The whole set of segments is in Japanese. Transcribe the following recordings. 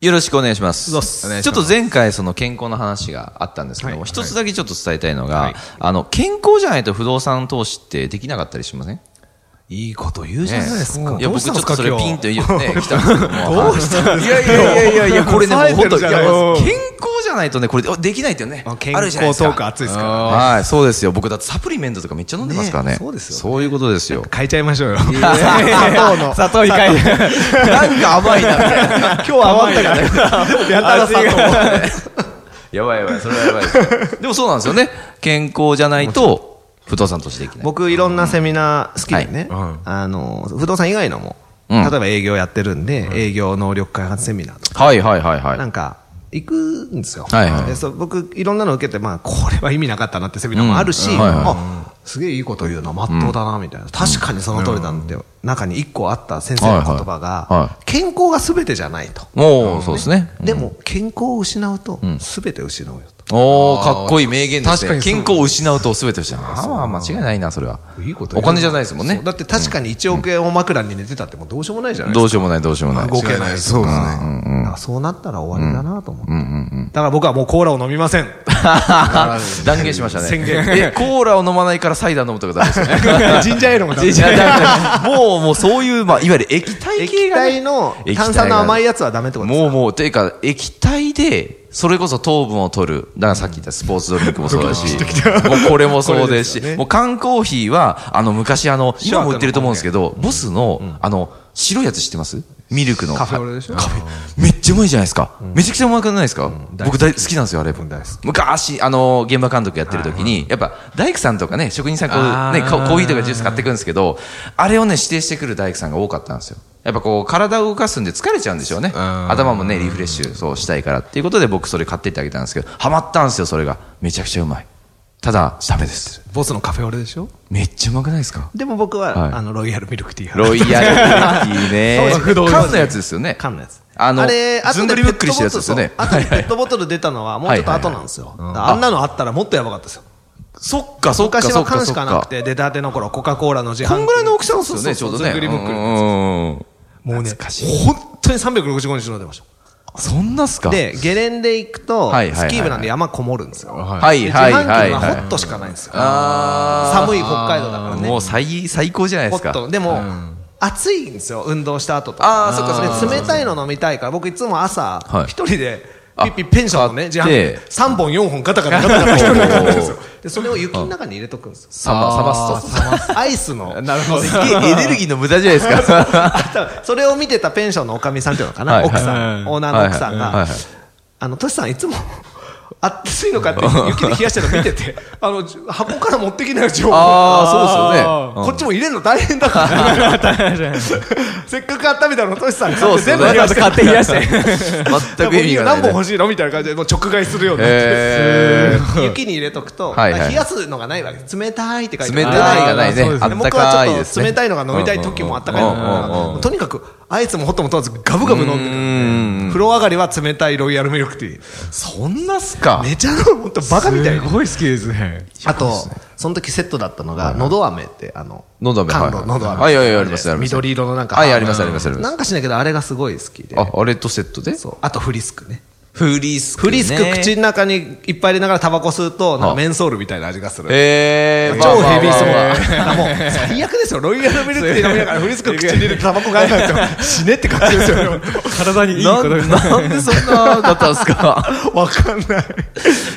よろしくお願いします。どうぞお願いしちょまっすと前回その健康の話があったんですけども、はい一つだけちょっと伝えたいのが、はいあの、健康じゃないと不動産投資ってできなかったりしませんいいこと言うじゃないですか。いや、僕ちょっとそれピンとう。言ってね、来たんですけども。どうしたんですかいやいやいやいやいや、これね、もう抑え本てる当いじゃやない健康じゃないとね、これできないってねまあ、健あるじゃないで康すか。トーク熱いですからねはい、そうですよ。僕だってサプリメントとかめっちゃ飲んでますからね。ねそうですよねそういうことですよ。変えちゃいましょうよ。砂糖 の。砂糖控えなんか甘い な、みたいな。今日は甘いな。やたら砂糖。やばいやばい、それはやばいです。でもそうなんですよね。健康じゃないと、不動産投資できない。僕いろんなセミナー好きでね、はいうんあの不動産以外のも、うん例えば営業やってるんで、営業能力開発セミナーとか、はいはいはいはなんか行くんですよ、はいはいでそう僕いろんなの受けて、まあ、これは意味なかったなってセミナーもあるし、うんはいはいあすげえいいこと言うなまっとうだなみたいな、確かにその通りだなって、中に1個あった先生の言葉が、はいはいはい健康が全てじゃないと、もう、そうですね。でも健康を失うと全て失うよと、おー、かっこいい名言で確すかね。にそう健康を失うと全てを失う。ああまあ、間違いないな、それは。いいことお金じゃないですもんそねう。だって確かに1億円を枕に寝てたってもうどうしようもないじゃないですかどうしようもない、どうしようもない。動けないそうですね。だからそうなったら終わりだなと思って、だから僕はもうコーラを飲みません断言しましたね。宣言え、コーラを飲まないからサイダー飲むとかダメですよね。ジンジャーエールもダメいやダメ だもう、もうそういう、まあ、いわゆる液体系液がね、体の炭酸の甘いやつはダメってことですもうもう、ていうか、液体で、それこそ糖分を取る。だからさっき言ったスポーツドリンクもそうだし、もうこれもそうですし、もう缶コーヒーは、あの、昔あの、今も売ってると思うんですけど、ボスの、あの、白いやつ知ってますミルクの。カフェオレでしょカフェ。めっちゃうまいじゃないですか。めちゃくちゃうまくないですか僕大好きなんですよ、あれ僕も大好。き昔、あの、現場監督やってる時に、やっぱ、大工さんとかね、職人さんこう、ね、ココーヒーとかジュース買ってくるんですけど、あれをね、指定してくる大工さんが多かったんですよ。やっぱこう、体を動かすんで疲れちゃうんでしょうね。頭もね、リフレッシュ、そうしたいからっていうことで僕それ買ってってあげたんですけど、ハマったんですよ、それが。めちゃくちゃうまい。ただ、ダメです。ボスのカフェオレでしょめっちゃうまくないですかでも僕は、はいあのロイヤルミルクティー派ロイヤルミルクティー ね。そう不動缶のやつですよね。缶のやつあのれ後ずんぐりむっくりしたやつですよねペットボトルそう後でペットボトル出たのはもうちょっと後なんですよ、だからあんなのあったらもっとやばかったですよそっか、そっか、昔そっはか、缶そしっかなくか。て出たての頃コカ・コーラの自販こ機んぐらいの大きさなんですよね、ちそょうそどそね。ずんぐりむっくりうんもうね懐かし本当に365日飲んでましたそんなっすかで、ゲレンデ行くと、はいはいはいはいスキー部なんで山こもるんですよ。ははいではい自販はい機ははい。ホットしかないんですよ。あー寒い北海道だからねもう最、最高じゃないホですッか。ト。でも、暑いんですよ、運動した後とあーそっかそっかで冷たいの飲みたいから、僕いつも朝はい、一人で、あピッピペンションのね、自買販って機3本4本ガタガタガタガタ一人で飲んでるんですよ。で、それを雪の中に入れとくんですよ。サバ、サバスと。アイスの。なるほど。すげえエネルギーの無駄じゃないです か。あ多分それを見てたペンションのおかみさんっていうのはかな、いはい奥さん、オーナーの奥さはいはいんがはいはい、あの、トシさんいつも、暑いのかって雪で冷やしてるの見て て、あの、箱から持ってきなよ、情報。ああ、そうですよね。こっちも入れるの大変だから。 せっかく温めたの、トシさんそうっ買ってすよ全ね部冷やして勝手に出して。全く意味がない何ね。本欲しいのみたいな感じで、もう直買いするようになへって、 雪に入れとくと、はいはい冷やすのがないわけです。冷たいって書いて冷たいがないね。あーそうですねあでった僕はかちいょでっすとね。冷たいのが飲みたい時もあったかいのうんうんうんうがんとにかくアイスもホットも問わずガブガブ飲んでるんで風呂上がりは冷たいロイヤルミルクティーそんなっすかめちゃの本当バカみたいすごい好きですね。あとその時セットだったのがのど飴ってあののど飴甘はい露のど飴はいはいはいありますあります緑色のなんかはいありますありますありますなんかしないけどあれがすごい好きであ、あれとセットでそうあとフリスクねフリスクね。フリスク口の中にいっぱい入れながらタバコ吸うとなんかメンソールみたいな味がするえー、超ヘビーそうだだ。からもう最悪ですよ。ロイヤルミルクティー飲みながらフリスク口に入れてタバコがないと死ねって感じですよね。体にいいこなとんがなんでそんなだったんですかわかんない。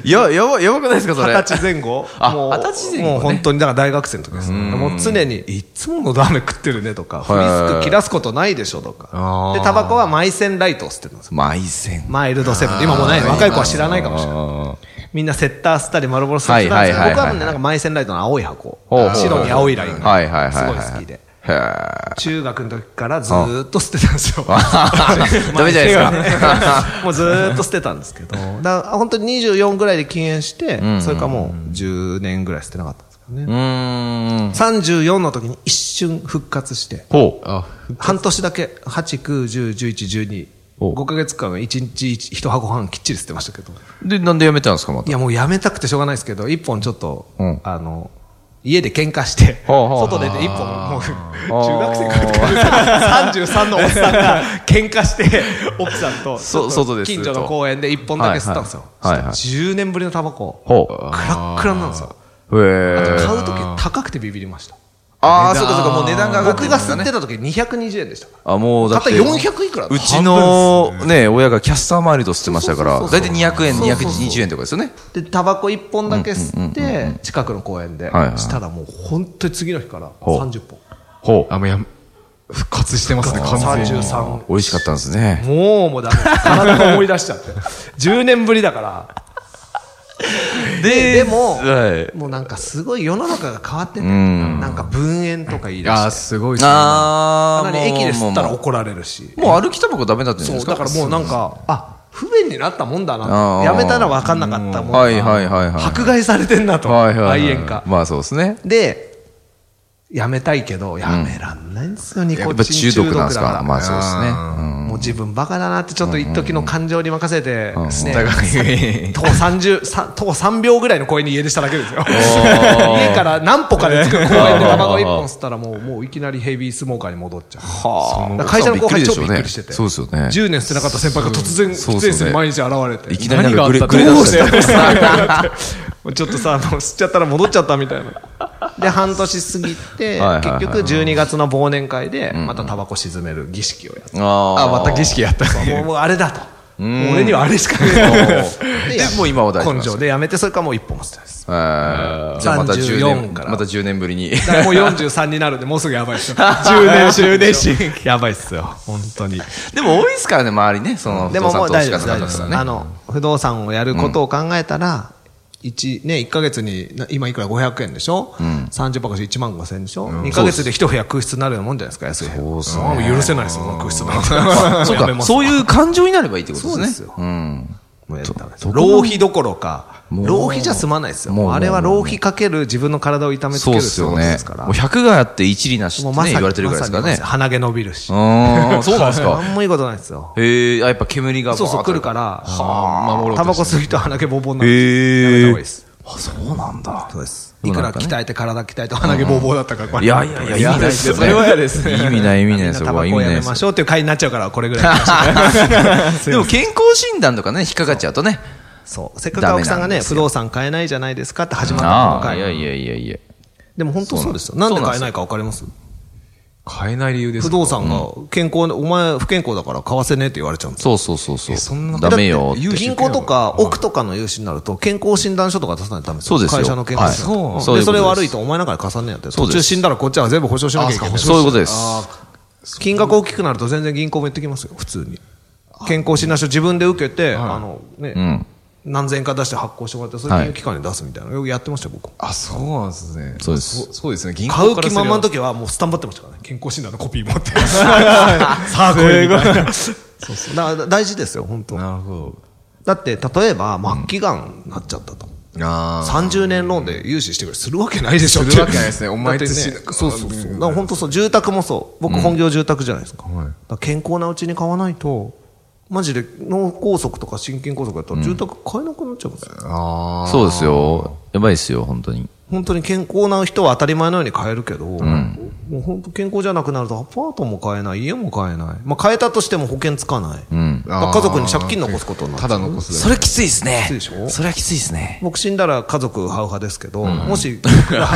いや、やば、やばくないですかそれ。二十歳前後あもう二十歳前後ねもう本当に、だから大学生の時ですね。もう常に、いつものダメ食ってるねとか、フリはいスク切らすことないでしょとかあ。ーで、タバコはマイセンライトを吸ってるんですよ。マイセン。マイルドセブン。今もうない。若い子は知らないかもしれない。あみんなセッター吸ったり丸ボロ吸ったりしてたんですけど、はいはいはいはい僕はもうね、なんかマイセンライトの青い箱ほうほう。白に青いラインはいはいはいがはいすごい好きで。へえ。中学の時からずーっと捨てたんですよ。ダメじゃないですか。 もうずーっと捨てたんですけど、だから本当に24ぐらいで禁煙して、それからもう10年ぐらい捨てなかったんですけどね。うーん。 34の時に一瞬復活して、ほう。あ、半年だけ、8、9、10、11、12、お5ヶ月間1日1箱半きっちり捨てましたけど。で、なんでやめたんですか、まいた。や、もうやめたくてしょうがないですけど、一本ちょっと、うんあの、家で喧嘩して、ほうほう外出て一本、もう、中学生からとかですよ33のおっさ んが喧嘩して、奥さんと、そうちょっ外とです近所の公園で一本だけ吸ったんですよ。はいはいはいはいそしたら10年ぶりのタバコ、ほう。クラックラなんですよ。へえ。買うとき高くてビビりました。ああ、そうかそうか、もう値段が上がって僕るんがですか吸っねて。たとき220円でした。あ、もうだって。買った400いくらうちのね、親がキャスターマイルド吸ってましたから、そうだそういそたうい200円、そうそうそう220円とかですよね。で、タバコ一本だけ吸って、近くの公園ではいは、いしたらもう本当に次の日からほう30本。ほう。あ、もうや、復活してますね、完全に。 33。美味しかったんですね。もうもうダメ。体が思い出しちゃって。10年ぶりだから。で、でも、はい。もうなんかすごい世の中が変わってて、んなんか分煙とか言い出あー、して。すごいですね。あかなあ、り駅で吸ったらもう怒られるし。もう歩きタバコダメだったんじゃそ、ないうですだか。からもうなんか、あ、不便になったもんだあな。ーやめたら分かんなかったもんだ。はいはいはいはい。迫害されてんなと。はいはいはい愛煙家。まあそうですね。で、やめたいけど、やめらんないんですよ、ニやコっぱチン中中毒毒なんだですかから。ら。まあそうですね。もう自分バカだなって、ちょっと一時の感情に任せて、ね、お互い。徒歩30、さ徒歩3秒ぐらいの公園に家出しただけですよ。ー 家から何歩かで着く公園でタバコ1本吸ったらもう、もういきなりヘビースモーカーに戻っちゃう。はだから会社の後輩超びっくりしてて。そうですよね。 10年捨てなかった先輩が突然、そうそ喫う煙っす室よねに毎日現れて。いきなりなんかグレ何があったグレ出した。 もうちょっとさ、もう吸っちゃったら戻っちゃったみたいな。で、半年過ぎて、はいはいはい結局12月の忘年会で、またタバコ沈める儀式をやって、ああ、また儀式やった。もうもうあれだと。ん俺にはあれしかね え。でもう今は大丈夫なんで根すか性でやめて、それからもう一本も捨てない です。えーじゃあまた10 34年、からまた10年ぶりに。だからもう43になるんで、もうすぐやばいっすよ。10年終電し。やばいっすよ。本当に。 でも多いですからね、周りね、その、でもも不う動大産丈投資夫で家のす、大方で丈夫ですす。からあね。の、不動産をやることを考えたら、一ね、一ヶ月に、な今いくら500円でしょ ?30 箱し1万5000円でしょ ?2 ヶ月で一部屋空室になるようなもんじゃないですか、安い部屋。そうっすねあもう許せないですよ、そんな空室なんてそうやめか、ますそういう感情になればいいってことですそうね。ですようん。もうやったんですどよどこ浪費どころか、もう浪費じゃ済まないですもうもよ。うあれは浪費かける自分の体を痛めつそけうるでってすこよとねですか。ら。もう100があって一理なしってまね、言さにわれてるぐらいですからまねさに。鼻毛伸びるし。うーん、そうなんですか。なんもいいことないですよ。へえ、あやっぱ煙がバーッと。そうそう、来るから、守ろうとしてるタバコ吸うと鼻毛ボンボンになるんでやめへた方えがいいです。。あ、そうなんだ。そうです。でいもくならんかね鍛えて体鍛えて鼻毛ボーボーだったから、これいやいやいや、意味ないですよね。いやそれは嫌ですね意味ない、意味ないでみんすなよ。タこバれコ意味をやないめでますしょうっていう会になっちゃうから、これぐらいの話。 でも健康診断とかね、引っかかっちゃうとね。そう。せっかく青木さんがダメなんね、です不動産買えないじゃないですかって始まったこのああ、いや回。いやいやいや。でも本当そうですよ。なんで買えないか分かります買えない理由です不か。動産が健康な、お前不健康だから買わせねえって言われちゃうんですよ。そうそうそうそう。そんなダメよだっ。て融資銀行とかは、い奥とかの融資になると、健康診断書とか出さないとダメですそうですよ会社の健康診断はい書そうで、それそういうこと悪でいすとお前なんかで重ねやって、そう途です中死んだらこっちは全部保証しなきゃいけない。そういうことです。金額大きくなると全然銀行も言ってきますよ、普通に。健康診断書自分で受けて、あのね、ん何千円か出して発行してもらって、それ金融機関に出すみたいなのよくやってましたよ、僕も。あ、そうなんですね。そうですそそうですね。銀行買うから気すれば満々の時はもうスタンバってましたからね。健康診断のコピー持って。 さあ、これみたいな。そうそう。だから大事ですよ、本当なるほど。だって、例えば、末期がんになっちゃったと。あー30年ローンで融資してくれるするわけないでしょするわけないですねお前だってとしねそうそうそうだから本当そう住宅もそう僕本業住宅じゃないですか,、い健康なうちに買わないとマジで脳梗塞とか心筋梗塞だったら住宅買えなくなっちゃうんですよ、あー。そうですよ。やばいですよ、本当に。本当に健康な人は当たり前のように買えるけど、もう本当健康じゃなくなるとアパートも買えない家も買えない、まあ、買えたとしても保険つかない、うん。だから家族に借金残すことになっちゃたうだ残すだけ。それきついですね。きついでしょそれはきついですね。僕死んだら家族ハウハですけど、もし僕が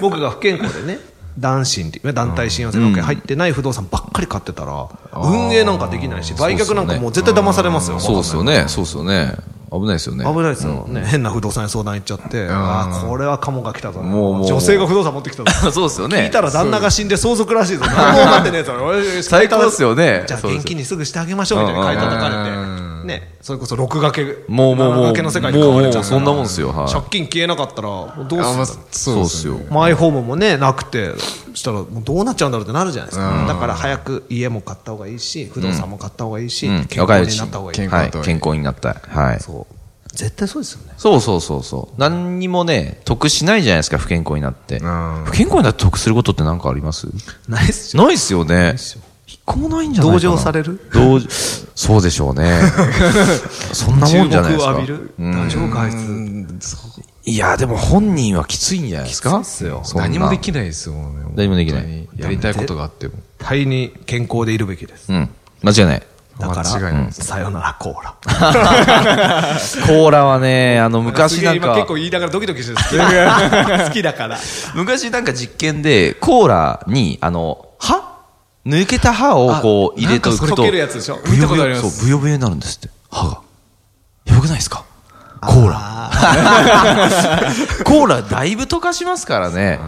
僕が不健康でね、男信っていう団体信用制保険入ってない不動産ばっかり買ってたら、運営なんかできないし、売却なんかもう絶対騙されますよ。そうですよね、そうですよね。危ないですよね。危ないですよ、ね。変な不動産に相談行っちゃって、ああ、これはカモが来たぞ。もうもう女性が不動産持ってきたぞ。そうですよね。聞いたら旦那が死んで相続らし いぞ。何も分かってねえぞ。俺最高ですよねじゃあそうで現す金にすぐしてあげましょうみたいな買い叩かれて。ね、それこそ録画け、もうもうもう録画けの世界に変われちゃうからもうもうそんなもんですよはい借金消えなかったら、もうどうあ、まあ、するそうですよ。マイホームもね、なくて、したらもうどうなっちゃうんだろうってなるじゃないですか。だから早く家も買った方がいいし、不動産も買った方がいいし、うん健康になった方がいい。健は康いとはいえ健康になった。はい。そう。絶対そうですよね。そうそうそうそう。何にもね、得しないじゃないですか、不健康になって。ん不健康になって得することって何かありますないっすよ。ないっすよね。一個もないんじゃないかな同情される同情、そうでしょうね。そんなもんじゃないですか。注目を浴びる。うん大丈夫かあいつ。いや、でも本人はきついんじゃないですかそんな何もできないですよ、ね。何もできない本当にやりたいことがあっても。絶対に健康でいるべきです。うん。間違いない。だから、間違いないですさよならコーラ。コーラはね、あの、昔なん今か結、構言いながらドキドキしてる。 好きだから。昔なんか実験で、コーラに、あの、歯抜けた歯をこう入れとくなんかそと、れ溶けるやつでしょブ見ヨたブことありヨ、ますそう、ブヨブヨになるんですって。歯が。やばくないですかコーラ。 コーラだいぶ溶かしますからね。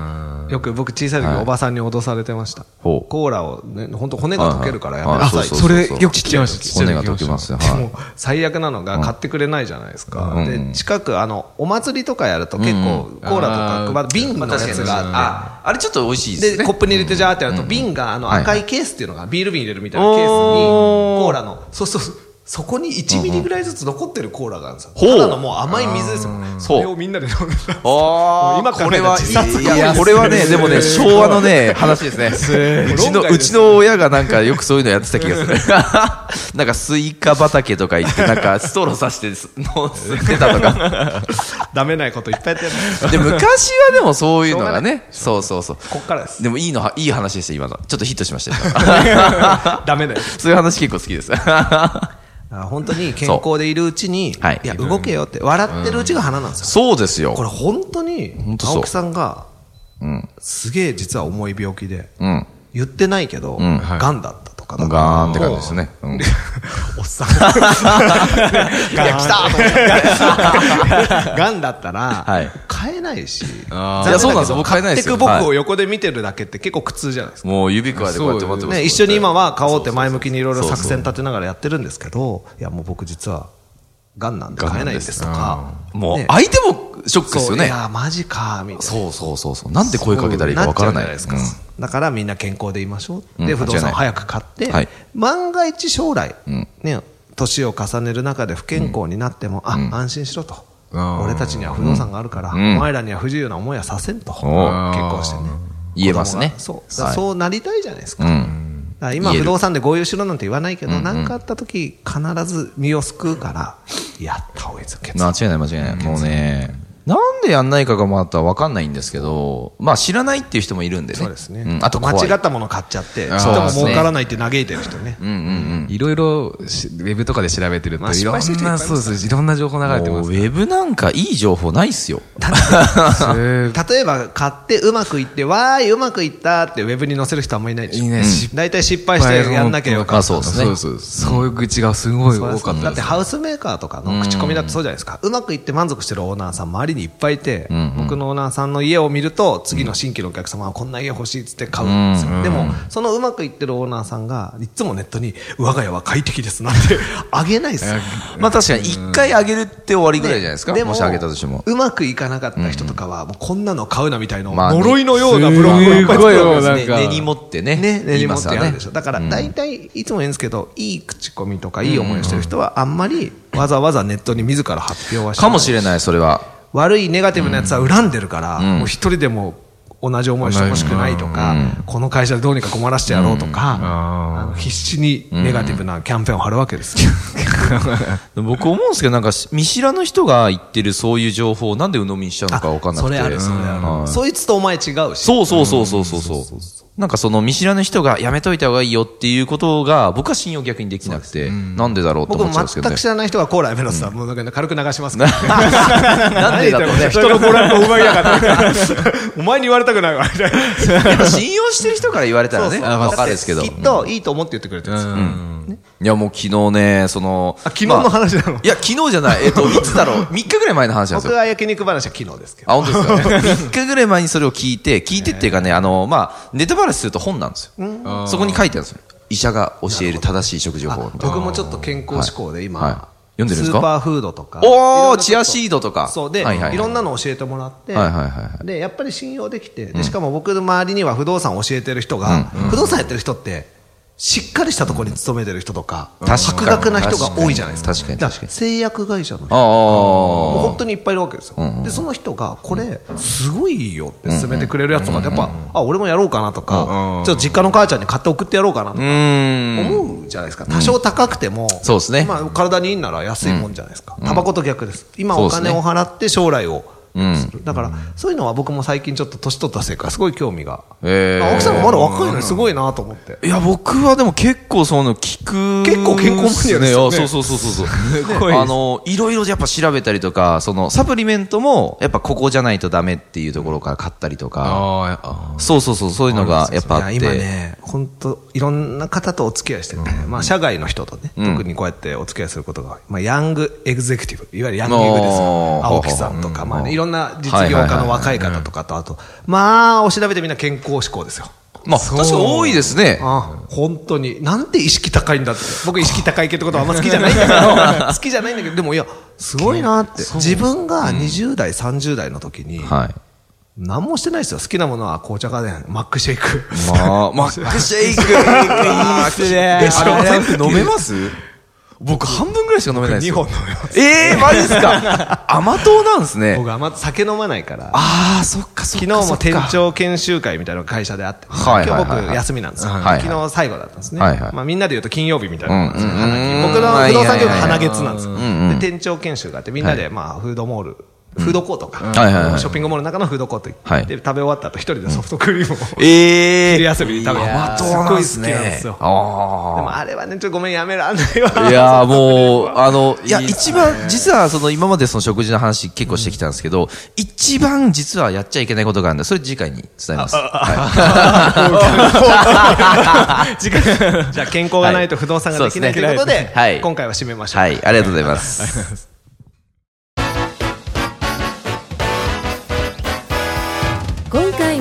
よく僕小さい時はいおばさんに脅されてました。ほうコーラをね、本当骨が溶けるからやめはいはないさ。はいそうそうそうそうく聞きました。ちっちゃい時骨が溶けますよ。ではいも最悪なのが買ってくれないじゃないですか、うんで近くあのお祭りとかやると結構コーラとか配る瓶のやつがあって。あ、あれちょっと美味しいですで、ね。コップに入れてジャーってやると、瓶があのはいはい赤いケースっていうのが、ビール瓶入れるみたいなケースおに、ーコーラの、そうそうそう、そこに1ミリぐらいずつ残ってるコーラがあるんですよ。ほうただのもう甘い水ですよ。それをみんなで飲んでた。ああ、今こ考れえたらは、自殺いや、これはね、でもね、昭和のね、話ですね。うちの、論外うでちすの親がなんかよくそういうのやってた気がする。 なんかスイカ畑とか行って、なんかストローさしてす、の吸ってたと か。ダメないこといっぱいやってる。で、昔はでもそういうのがね、そうそうそう。こっからです。でもいいのは、いい話でした、今の。ちょっとヒットしましたよ。 ダメだよ。そういう話結構好きです。だから本当に健康でいるうちに、はいいや、動けよって、笑ってるうちが花なんですよ。そうですよこ。れ本当に本、当そう青木さんが、うん。すげえ実は重い病気で、うん。言ってないけど、んはいがんだったとかだもうからガーンって感じですね。うん おっさん。いや、来たと思ってがんだったらはい、買えないし。残念だけあーどいやそうなんですよ僕買えないですよ買ってく僕はを横で見てるだけって結構苦痛じゃないです か。もう指くわえてこうやって持ってます。ね、一緒に今は買おうって前向きにいろいろ作戦立てながらやってるんですけど、いや、もう僕実は、がんなんで買えないんですとか。もうね相手もショックですよそういね。や、マジか、みたいな。そうそうそうそう。なんで声かけたらいいかわからない。そうっちゃううじゃんですか。だからみんな健康でいましょうんう。で、不動間違いな産いを早く買ってはい、万が一将来ん、ね、年を重ねる中で不健康になっても、あ、安心しろと。うん俺たちには不動産があるから、おん前らには不自由な思いはさせんと。結おう婚してね。言えますね子供がそう。だかはらいそうなりたいじゃないですか。うだん。から今言える不動産で合意しろなんて言わないけど、何かあった時必ず身を救うから、やった方がいいですよ、決間違いない間違いない。もうね、なんでやんないかがまたわかんないんですけど、まあ知らないっていう人もいるんでね。そうですねん。ああとと怖間い違ったもの買っちゃって、ちあーっとも儲からないって嘆いてる人ね。うんうんうん。いろいろし、ウェブとかで調べてるまと、あいろ失ん敗してる人いっぱいいまな、すそうです。いろんな情報流れてもうまウす。ェブなんかいい情報ないっすよ。す例えば買ってうまくいって、わーい、うまくいったってウェブに載せる人あんまりいないでしょ。いいねうん失大体失敗してやんなきゃよかあった。そうですね そうそうそういう愚痴がすごい多かっだたってです。ハウスメーカーとかの口コミだってそうじゃないですか。うまくいって満足してるオーナーさん周りにいっぱいいて、僕のオーナーさんの家を見ると、次の新規のお客様はこんな家欲しいっつって買うんですよ。でも、そのうまくいってるオーナーさんが、いつもネットに、我が家は快適ですなんて、あげないですよ。まあ確かに一回上げるって終わりぐらいじゃないですか。でもし上げたとしても。うまくいかなかった人とかは、もうこんなの買うなみたいな、まあね呪いのようなブログをいっぱい作るわけですね。すごいよなん根かに持ってね。ね、言い練ま馬っすてわねあるでしょ。だから、大体、いつも言うんですけど、いい口コミとか、いい思いをしてる人は、あんまり、わざわざネットに自ら発表はしない。かもしれない、それは。悪いネガティブなやつは恨んでるから、もう一人でも同じ思いしてほしくないとか、この会社でどうにか困らせてやろうとか、あの必死にネガティブなキャンペーンを張るわけですよ。僕思うんですけど、なんかし見知らぬ人が言ってるそういう情報をなんで鵜呑みにしちゃうのかわかんなく そて。れある、それあはいる。そいつとお前違うし。そうそうそうそうそうそう。なんかその見知らぬ人がやめといた方がいいよっていうことが僕は信用逆にできなくて、なんでだろうと僕思もっちゃうんですけ全どねく。知らない人がコーラやめろって言ったら、もうなんか軽く流 しますから。なんでだとね。人のコーラを奪いやがって。お前に言われたくな いわ、みたいな。やっぱ信用してる人から言われたらね、そうそうわかるんですけど。きっといいと思って言ってくれてるんですよ。いやもう昨日ね、その、あ昨日の話なのまあいや、昨日じゃない。えっ と、いつだろう ?3 日ぐらい前の話なんです僕よ。は焼肉話は昨日ですけど。あ、本当ですか ?3 日ぐらい 前にそれを聞いて、聞いてっていうかね、あの、まあ、ネタバラシすると本なんですよ。そこに書いてあるんですよ。医者が教える正しい食事法あみたいな僕もちょっと健康志向で今、はいはい読んでるんですかスーパーフードとか。おーいろんなことチアシードとかそうで、はいいはいはいろんなの教えてもらって、はいはいはいはいで、やっぱり信用できて、でしかも僕の周りには不動産教えてる人が、不動産やってる人って、しっかりしたところに勤めてる人とか、ん確か博に学な人が多いじゃないですか。確かに確かにだら製薬会社の人。ああもう本当にいっぱいいるわけですよ、うんうんでその人がこれすごいいいよって勧めてくれるやつとかってやっぱ、あ俺もやろうかなとか、ちょっと実家の母ちゃんに買って送ってやろうかなとうかーん思うじゃないですか多少高くても、そうですねまあ、体にいいなら安いもんじゃないですか、タバコと逆です今そうおですね金を払って将来をうんする、だからそういうのは僕も最近ちょっと年取ったせいかすごい興味が、へーあ奥さんがまだ若いのにすごいなと思っていや、僕はでも結構そういうの聞く。結構健康マニアですよねあそうそうそうそうそう。あの、いろいろやっぱ調べたりとか、その、サプリメントも、やっぱここじゃないとダメっていうところから買ったりとか、ああ、そうそうそう、そういうのがやっぱあっいや今て。ね、本当いろんな方とお付き合いしてて、まあ社外の人とね、うん特にこうやってお付き合いすることが多い、まあヤングエグゼクティブ、いわゆるヤングエグですおよ。ー青木さんとうか、んまあね、いろんな実業はいはい家はいの若い方とかと、あと、まあ、お調べてみんな健康志向ですよ。まあ、確かに多いですね。あ本当に。なんて意識高いんだって。僕意識高い系ってことはあんま好きじゃないんだ けど、好きじゃないんだけど、でもいや、すごいなって。自分が20代、30代の時に、はい。何もしてないですよ。好きなものは紅茶家電、マックシェイク。まあ、マックシェイク。あーでしょあれ全部飲めます僕半分ぐらいしか飲めないですよ。僕二本飲めます。ええー、マジですか甘党なんですね。 僕はまず酒飲まないから、ああ、そっかそっ昨かそっか。日も店長研修会みたいなのが会社であって、はいはいはい今日僕休みなんですよ。はいはい昨日最後だったんですね。はいはいまあみんなで言うと金曜日みたいなもんですよ、うんうん花うん金僕の不動産業界花月なんですはいはいはいうんうよ。んで、店長研修があって、みんなでまあフードモール、フードコートか、んはいはいはいショッピングモールの中のフードコート行って、はいで食べ終わった後一人でソフトクリームを、ええー。昼休みに食べて、甘党すっなんごい好できすなんでねす。よ。であもあれはね、ちょっとごめん、やめらんないわ。あ。いやーもう、あの、いや、一番、実はその今までその食事の話結構してきたんですけど、一番実はやっちゃいけないことがあるんで、それ次回に伝えます。じゃあ健康がないと不動産ができないということそうでですねはい、今回は締めましょう。はい、ありがとうございます。今回